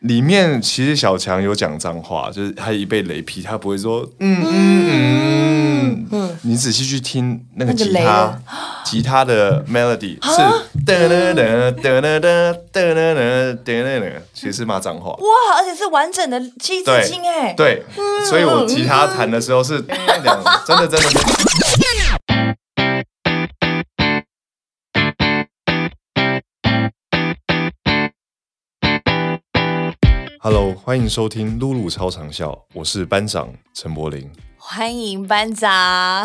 里面其实小强有讲脏话，就是他一被雷劈，他不会说嗯嗯嗯嗯。你仔细去听那个那个吉雷他了，吉他的 melody 是噔噔噔噔噔噔噔噔噔噔噔，其实是骂脏话。哇，而且是完整的七字对经哎，对，所以我吉他弹的时候嗯是这样，真的真的。真的哈喽，欢迎收听露露超长笑，我是班长陈柏霖。欢迎班长，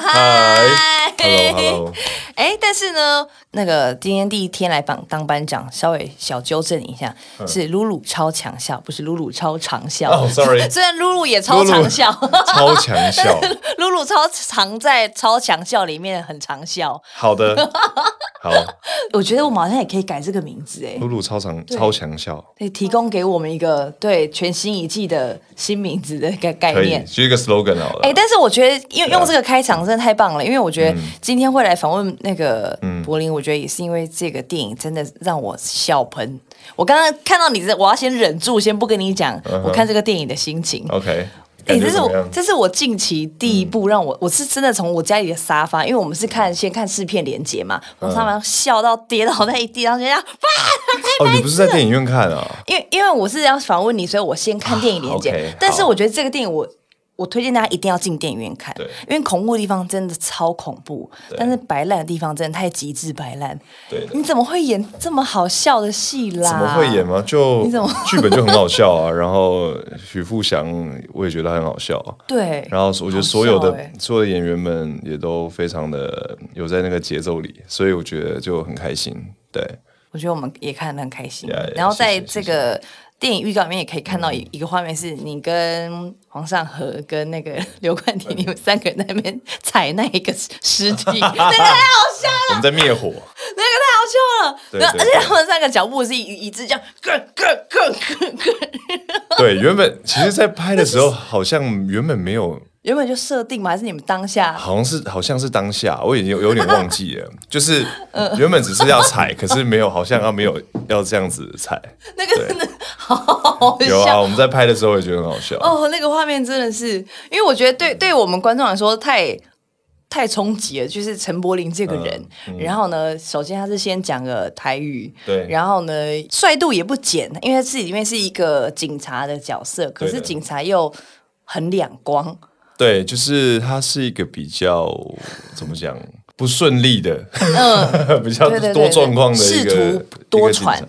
嗨 h e l l o h e l l o 哎，但是呢，那个今天第一天来当当班长，稍微小纠正一下，是露露超强效，不是露露超长效。嗯哦 ，sorry 虽然露露也超长效，超强笑，露露超常在超强效里面很长效。好的，好，我觉得我们好像也可以改这个名字哎，露露超长超强笑，对，提供给我们一个对全新一季的新名字的概概可以，念。就一个 slogan 好哎、了。但是我觉得用对啊用这个开场真的太棒了，因为我觉得今天会来访问那个嗯柏林，我觉得也是因为这个电影真的让我笑喷。我刚刚看到你这，我要先忍住，先不跟你讲嗯哼我看这个电影的心情。 OK，哎、感觉这是怎么我样？嗯这是我近期第一部让我、我是真的从我家里的沙发，因为我们是看先看试片连接嘛，嗯我上班笑到跌倒在地，然后人家哦，你不是在电影院看啊？ 因为因为我是要访问你，所以我先看电影连接。啊，OK，但是好我觉得这个电影我。我推荐大家一定要进电影院看对，因为恐怖的地方真的超恐怖，但是白烂的地方真的太极致白烂。对的你怎么会演这么好笑的戏啦？怎么会演？吗？就你怎么剧本就很好笑啊， 然后许富祥我也觉得很好笑啊、对，然后我觉得所有的、好笑欸所有的演员们也都非常的有在那个节奏里，所以我觉得就很开心。对，我觉得我们也看得很开心。 Yeah, yeah, 然后在谢这谢个电影预告里面也可以看到一一个画面，是你跟黄尚和跟那个刘冠廷，你们三个人在那边踩那一个尸体，那个太好笑了。我们在 灭火，那个太好笑了，对然后而对且对他们三个脚步是一一致这样，咯咯咯咯咯，对，原本其实，在拍的时候好像原本没有，原本就设定嘛，还是你们当下好像是好像是当下，我已经有有点忘记了，就是 原本只是要踩，可是没有，好像要没有要这样子踩，那个对真的好好有 啊，笑。我们在拍的时候也觉得很好笑，哦，那个画面真的是，因为我觉得对嗯对我们观众来说太太冲击了，就是陈柏霖嗯这个人。然后呢，首先他是先讲个台语，对然后呢，帅度也不减，因为他自己里面是一个警察的角色，可是对的警察又很两光，对，就是它是一个比较怎么讲不顺利的， 比较嗯对对对多状况的一个对仕途多舛。一个警察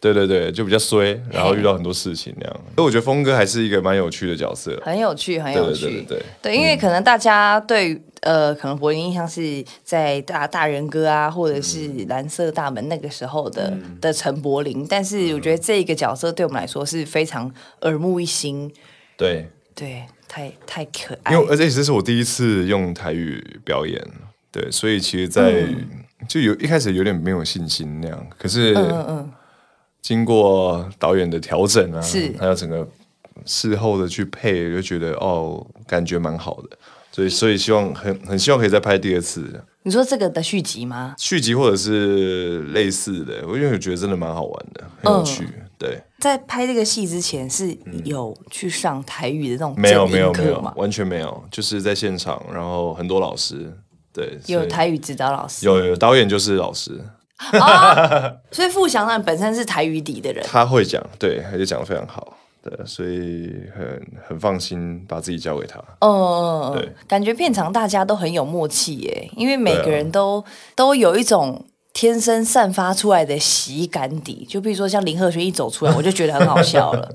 对对对，就比较衰，然后遇到很多事情那样。所以我觉得峰哥还是一个蛮有趣的角色。很有趣，很有趣。对对对嗯对因为可能大家对于、呃，可能柏林印象是在大大人哥啊，或者是嗯蓝色大门那个时候的、的陈柏霖，但是我觉得嗯这个角色对我们来说是非常耳目一新，对，对，太太可爱因。为而且这是我第一次用台语表演，对，所以其实在，嗯就有一开始有点没有信心那样，可是嗯经过导演的调整啊，是还有整个事后的去配，就觉得哦，感觉蛮好的。所以，所以希望很很希望可以再拍第二次你说这个的续集吗？续集，或者是类似的，我因为我觉得真的蛮好玩的，很有趣。嗯对，在拍这个戏之前是有去上台语的那种嗯没有正没有音没课有吗，？完全没有，就是在现场，然后很多老师，对，所有以台语指导老师，有有导演就是老师，所以傅翔呢本身是台语底的人，他会讲，对，而且讲的非常好，对，所以很很放心把自己交给他。嗯，嗯对嗯感觉片场大家都很有默契耶，因为每对啊个人都、都有一种天生散发出来的喜感底，就比如说像林鹤轩一走出来，我就觉得很好笑了。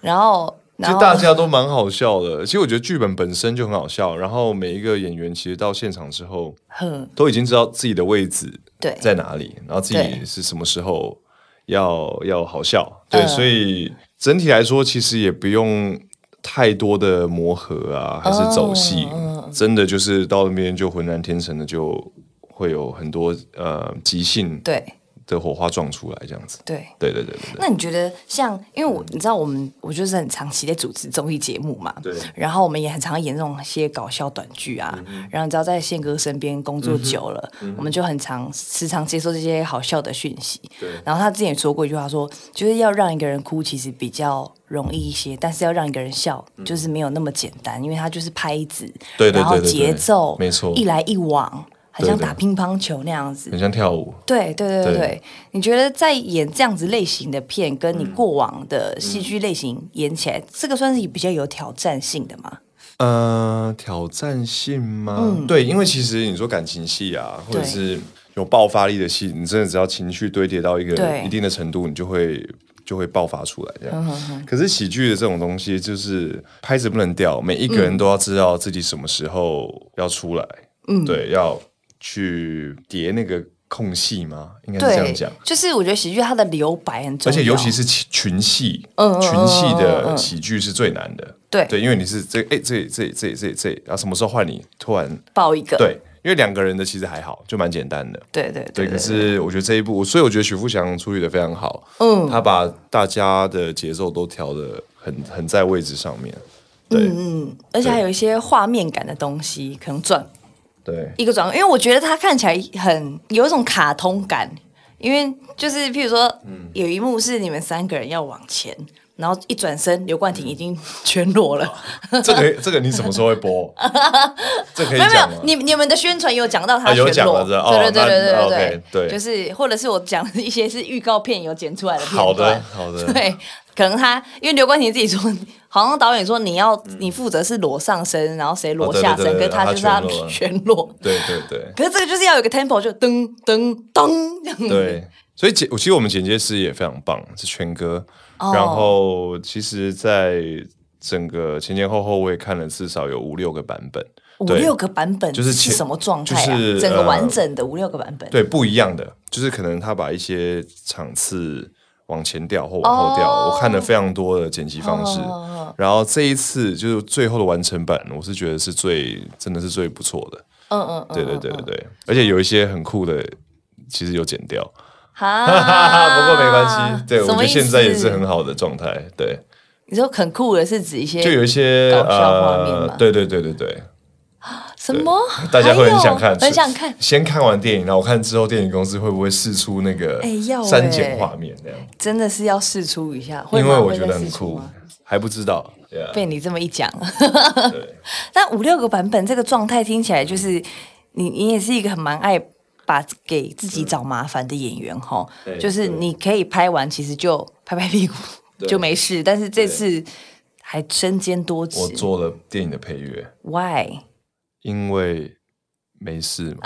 然后，然就后大家都蛮好笑的，其实我觉得剧本本身就很好笑，然后每一个演员其实到现场之后，哼，都已经知道自己的位置对在哪里，然后自己对是什么时候要要好笑，对，嗯所以整体来说其实也不用太多的磨合啊，嗯还是走戏，真的就是到那边就浑然天成的就会有很多呃即兴对的火花撞出来，这样子。对。对对对对对，那你觉得像，因为嗯我你知道我们我就是很长期在主持综艺节目嘛，对嗯然后我们也很常演这种些搞笑短剧啊，然后你知道在宪哥身边工作久了，我们就很常时常接受这些好笑的讯息。对然后他之前也说过一句话说就是要让一个人哭其实比较容易一些，但是要让一个人笑就是没有那么简单，因为他就是拍子，嗯对对然后对对对节奏没错一来一往，很像对对打乒乓球那样子很。像跳舞。对对对对对对，你觉得在演这样子类型的片，跟你过往的戏剧类嗯型演起来，这个算是比较有挑战性的吗？呃，挑战性吗？对，因为其实你说感情戏啊，或者嗯对是有爆发力的戏，你真的只要情绪堆叠到一个对嗯一定的程度，你就会就会爆发出来这样。可是喜剧的这种东西，就是拍子不能掉，每一个人都要知道自己什么时候要出来，嗯，对，要去叠那个空隙吗？应该是嗯这样对讲。，就是我觉得喜剧它的留白很重而要，且尤其是群群戏，嗯嗯群戏嗯嗯的嗯喜剧是最难的。对对，因为你是这哎、这里这里这里这里这里，然后什么时候换你突然爆一个，对，因为两个人的其实还好，就蛮简单的。对对对对，可是我觉得这一部，所以我觉得许富祥处理的非常好。嗯，他把大家的节奏都调的很很在位置上面。嗯对、而且还有一些画面感的东西，可能转对，一个转，因为我觉得它看起来很有一种卡通感，因为就是譬如说，嗯有一幕是你们三个人要往前，然后一转身，刘冠廷已经全裸 了。这 个这个你什么时候会播？这可没以有没讲吗有，？你你们的宣传有讲到他啊有全讲裸，了是吧对对哦对那对对对那 OK，对就是或者是我讲的一些是预告片有剪出来的片段好的好的对，可能他因为刘冠廷自己说，好像导演说你要你负责是裸上身，然后谁裸嗯哦对对下对身，可对是他他就是他全裸了全裸。对对对可是这个就是要有一个 tempo，就噔噔噔这样子。对， 所以剪，我其实我们剪接师也非常棒，是全哥。哦然后其实，在整个前前后后，我也看了至少有五六个版本，五对六个版本就是是前什么状态啊？就是整个呃完整的五六个版 本。对不一样的，就是可能他把一些场次往前调或往后调，哦我看了非常多的剪辑方式。哦然后这一次就是最后的完成版，我是觉得是最真的是最不错的。嗯嗯嗯，对对对对对，而且有一些很酷的，其实有剪掉，哈，不过没关系。对，我啊 什觉么意思得现在也是很好的状态。对。你说很酷的是指一些就有一些搞笑画面嘛呃，对对对对对，什么？大家会很想还看有，很想看。先看完电影，然后我看之后电影公司会不会试出那个哎要哎删减画面那样，真的是要试出一下，会因吗为我觉得会再很试出酷吗，还不知道。对啊被你这么一讲，对 那五六个版本这个状态听起来就是你，你也是一个很蛮爱把给自己找麻烦的演员哈。对就是你可以拍完，其实就拍拍屁股对就没事，但是这次还身兼多职我做了电影的配乐， ，Why？因为没事嘛，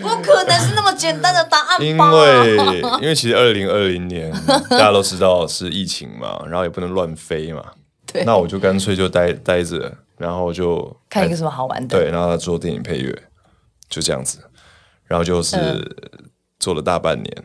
不可能是那么简单的答案吧？因为因为其实二零二零年大家都知道是疫情嘛，然后也不能乱飞嘛， 对那我就干脆就待待着，然后就看一个什么好玩的，对，然后他做电影配乐，就这样子，然后就是、呃做了大半年，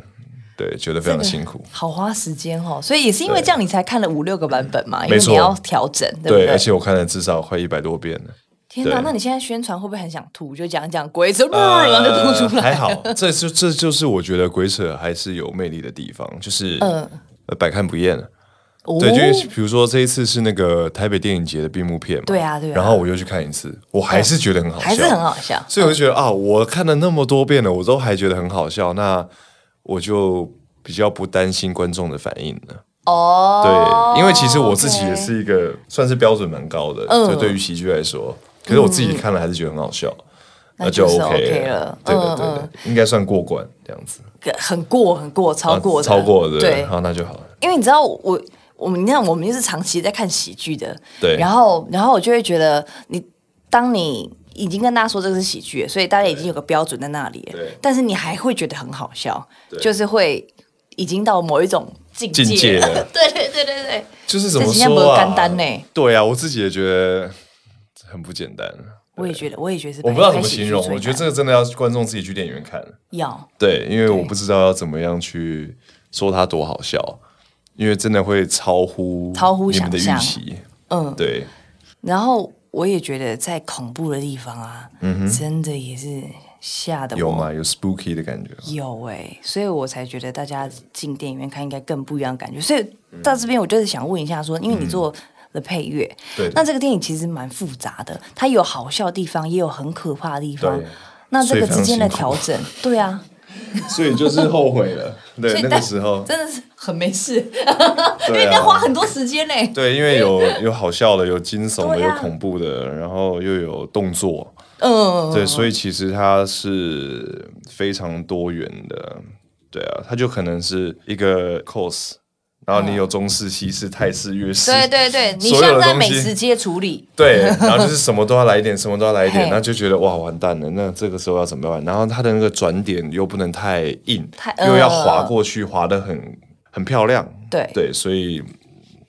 对，觉得非常辛苦，好花时间哦。所以也是因为这样，你才看了五六个版本嘛，因为没错你要调整，对不对，而且我看了至少快一百多遍了，天哪，对呃那你现在宣传会不会很想吐？就讲一讲鬼子，啊然后就吐出来。还好，这就这就是我觉得鬼扯还是有魅力的地方，就是嗯呃百看不厌。哦对，就因为比如说这一次是那个台北电影节的闭幕片嘛，对啊对啊然后我又去看一次，我还是觉得很好笑，还是很好笑。所以我就觉得啊，我看了那么多遍了，我都还觉得很好笑，那我就比较不担心观众的反应了。哦，对，因为其实我自己 OK 也是一个算是标准蛮高的，嗯就对于喜剧来说，可是我自己看了还是觉得很好笑，那就是 OK 了了。嗯对对对对，应该算过关这样子，很过很过超哦过啊的超过的，对，好，那就好了。因为你知道我我们你看我们就是长期在看喜剧的，对然后然后我就会觉得你当你。已经跟大家说这个是喜剧了，所以大家已经有个标准在那里了对但是你还会觉得很好笑，就是会已经到某一种境界。境界了 对对对对对，就是怎么这几天不说是啊？干单呢对啊，我自己也觉得很不简单。我也觉得，我也觉得是拍。我不知道怎么拍喜剧形容，最我觉得难这个真的要观众自己去电影院看。要对，因为我不知道要怎么样去说它多好笑，因为真的会超乎超乎你们的想象预期。嗯对，然后我也觉得在恐怖的地方啊，真的也是吓得嗯有我吗？有 spooky 的感觉吗？有哎、所以我才觉得大家进电影院看应该更不一样的感觉。所以嗯到这边，我就是想问一下说因为你做了配乐，对那这个电影其实蛮复杂的，它有好笑的地方，也有很可怕的地方对。那这个之间的所以非常调整，对啊，所以就是后悔了。 所对，以那但个时候，真的是很没事，因对为要啊，花很多时间欸嘞。对，因为有有好笑的，有惊悚的，对有啊恐怖的，然后又有动作，嗯，对，所以其实它是非常多元的。对啊，它就可能是一个 cos，然后你有中式、西式、泰式、粤式，嗯对对对，你所有像的在东美西食街处理，对，然后就是什么都要来一点，什么都要来一点，嘿然后就觉得哇完蛋了，那这个时候要怎么办？然后它的那个转点又不能太硬，太又要呃滑过去，滑得很很漂亮，对对，所以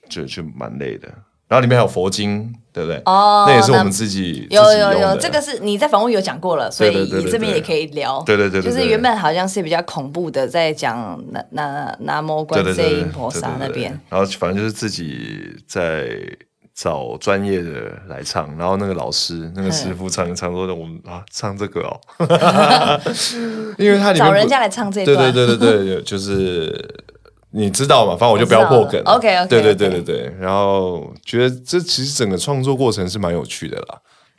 就就蛮累的。然后里面还有佛经，对不对？哦那也是我那们自己有自己有用有，的这个是你在访问有讲过了，所以对对对对这边对也可以聊。对对对对对就是原本好像是比较恐怖的，在讲南南南无观对对世对对音菩萨那对对嗯对边。然后反正就是自己在找专业的来唱，然后那个老师那个嗯师傅唱一唱说我们啊唱 这个哦， 因为他里面找不人家来唱这一对段，对对对对，就是你知道嘛，反正我就不要破梗我知道了。了 OK，OK，OK 对对对对对。然后觉得这其实整个创作过程是蛮有趣的啦。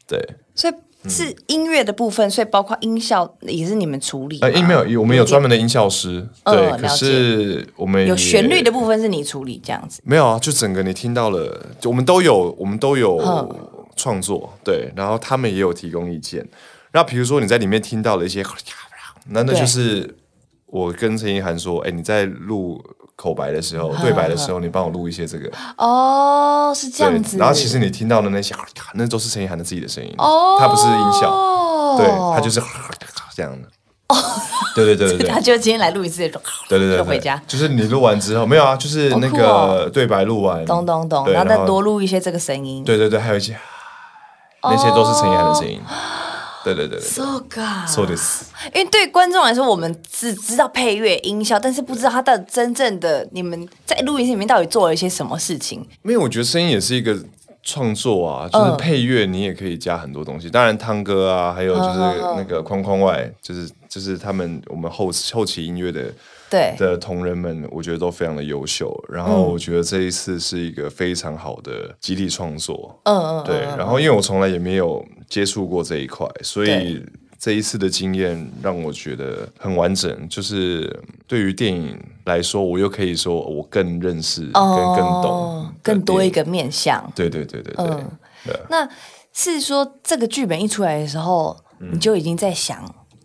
对，所以是音乐的部分，所以包括音效也是你们处理吗。呃，因没有，我们有专门的音效师，嗯对了，解可是我们有也旋律的部分是你处理这样子。没有啊，就整个你听到了，就我们都有，我们都嗯有创作，对，然后他们也有提供意见。那比如说你在里面听到了一些，那那对就是我跟陈意涵说，哎，你在录口白的时嗯候、对白的时候，你帮我录一些这个，哦，是这对样，子。然后其实你听到的那些，那都是陈意涵的自己的声音，哦，它不是音效，效对，它就是 这样的。对对对 对对，他就今天来录一次，对对对，嗯就对回家。就是你录完之后没有啊，就是好那酷个哦对白录完，咚咚咚，对然后然再后多录一些这个声音。对对对，还有一些那些都是陈意涵的声音。对对对对对， So God，そうです。因为对观众来说，我们只知道配乐、音效，但是不知道他到底真正的你们在录音室里面到底做了一些什么事情。因为我觉得声音也是一个创作啊，就是配乐你也可以加很多东西。当然，汤哥啊，还有就是那个框框外，就是就是他们我们后后期音乐的对，的同仁们，我觉得都非常的优秀。然后我觉得这一次是一个非常好的集体创作，嗯嗯，对。然后因为我从来也没有接触过这一块，所以这一次的经验让我觉得很完整。就是对于电影来说，我又可以说我更认识、跟更懂哦、，嗯更多一个。个嗯面向。对对对对对，对那是说这个剧本一出来的时候，嗯你就已经在想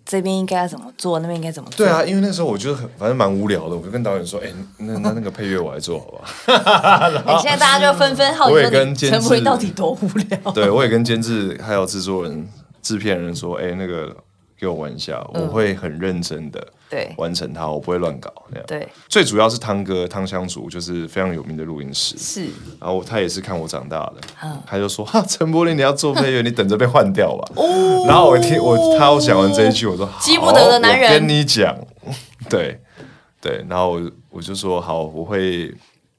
这边应该要怎么做，那边应该怎么做。对啊，因为那时候我就很反正蛮无聊的，我就跟导演说：“哎、那那那个配乐我来做好吧。”哎，现在大家就纷纷好奇啊我也说跟你监陈柏霖制到底多无聊？对，我也跟监制还有制作人、制片人说，哎、那个给我玩一下，我会很认真的嗯对完成它，我不会乱搞那样。对，最主要是汤哥汤香竹就是非常有名的录音师，是嗯然后他也是看我长大的，他就说哈，陈柏霖你要做配乐，你等着被换掉吧。然后我听我他我讲完这一句，我说哦激不得的男人好我跟你讲，对对，然后我我就说好，我会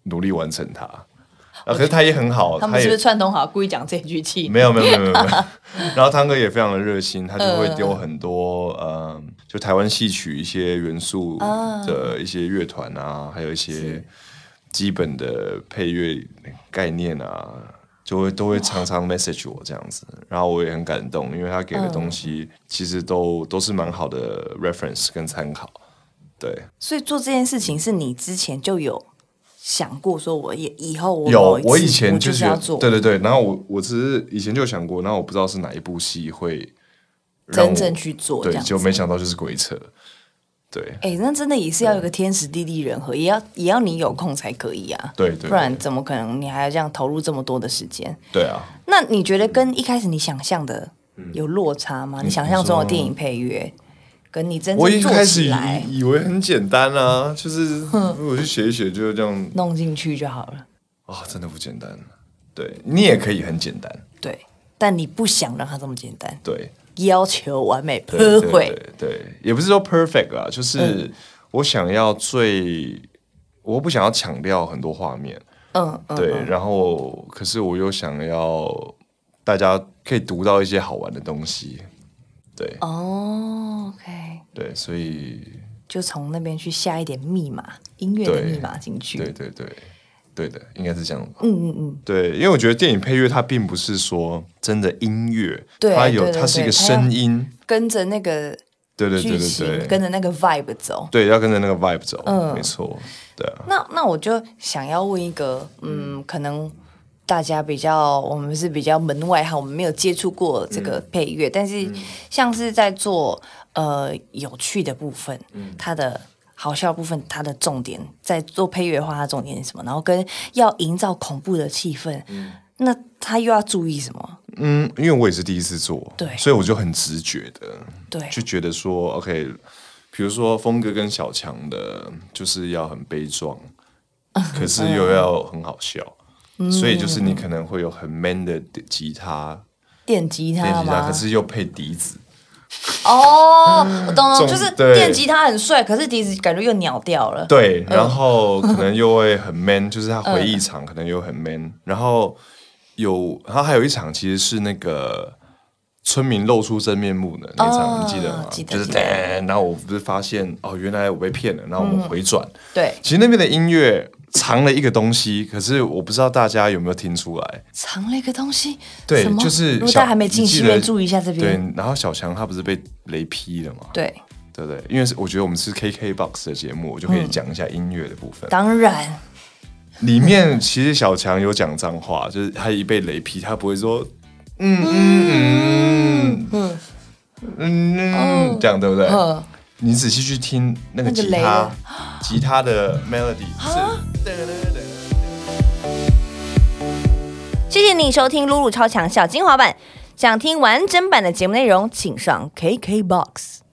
努力完成它。啊，可是他也很好，他们也是不是串通好故意讲这句气？没有没有没有没有。没有然后汤哥也非常的热心，他就会丢很多嗯呃，就台湾戏曲一些元素的一些乐团啊，还有一些基本的配乐概念啊，就会都会常常 message 我这样子。然后我也很感动，因为他给的东西其实都都是蛮好的 reference 跟参考。对，所以做这件事情是你之前就有想过，说我也以后我某有一，次我以我前就就是是有要做，对对对，然后我我只是以前就想过，然后我不知道是哪一部戏会让真我正去做这对，样子就。没想到就是鬼扯，对哎、那真的也是要有个天时地利人和，也要也要你有空才可以啊。对对对不然怎么可能你还要这样投入这么多的时间？对啊，那你觉得跟一开始你想象的嗯有落差吗？你想象中的电影配乐，跟你真我一正开做始起来以以为很简单啊，就是我去写一写就这样弄进去就好了。啊、真的不简单。对你也可以很简单，对，但你不想让它这么简单，对，要求完美、对对 perfect。对对，也不是说 perfect 啦，嗯就是我想要最，我不想要强调很多画面，嗯嗯，对，然后可是我又想要大家可以读到一些好玩的东西，对哦，OK，对，所以就从那边去下一点密码，音乐的对密码进去。对对对对的，应该是这样吧。嗯嗯嗯，对，因为我觉得电影配乐它并不是说真的音乐，对它有对对它是一对个它要声音，跟着那个对对对剧对情，对，跟着那个 vibe 走。对要跟着那个 vibe 走，嗯没错，对啊，那那我就想要问一个，嗯，可能大家比较，我们是比较门外汉，我们没有接触过这嗯个配乐，但是像是在做呃有趣的部分，嗯它的。好笑的部分，它的重点在做配乐的话，它重点是什么？然后跟要营造恐怖的气氛，那他又要注意什么？嗯，因为我也是第一次做，对所以我就很直觉的对，就觉得说，OK，比如说峰哥跟小强的，就是要很悲 壮，可是又要很好笑，嗯所以就是你可能会有很 man 的吉他，电吉电他吉他，吗可？是又配笛子，哦，我懂了，重就是对电吉他很帅，可是笛子感觉又鸟掉了。对，然后可能又会 很 man，就是他回忆嗯场可能又很 man，然后有，然后还有一场其实是那个村民露出真面目的那一场，哦你记得吗？记得就是记噔得，然后我不是发现哦，原来我被骗了，然后我嗯们回转，对，其实那边的音乐藏了一个东西，可是我不知道大家有没有听出来。藏了一个东西，对什，么就是如果小大家还没进你记戏得院，注意一下这边。对，然后小强他不是被雷劈了嘛？对，对不对？因为是我觉得我们是 KKBOX 的节目，我就可以嗯讲一下音乐的部分。当然，里面其实小强有讲脏话，就是他一被雷劈，他不会说嗯嗯嗯嗯嗯嗯这样，对不对？嗯，你仔细去听那个那个吉雷他了，吉他的 melody 是。谢谢你收听《露露超强小精华版》，想听完整版的节目内容，请上 KKBOX。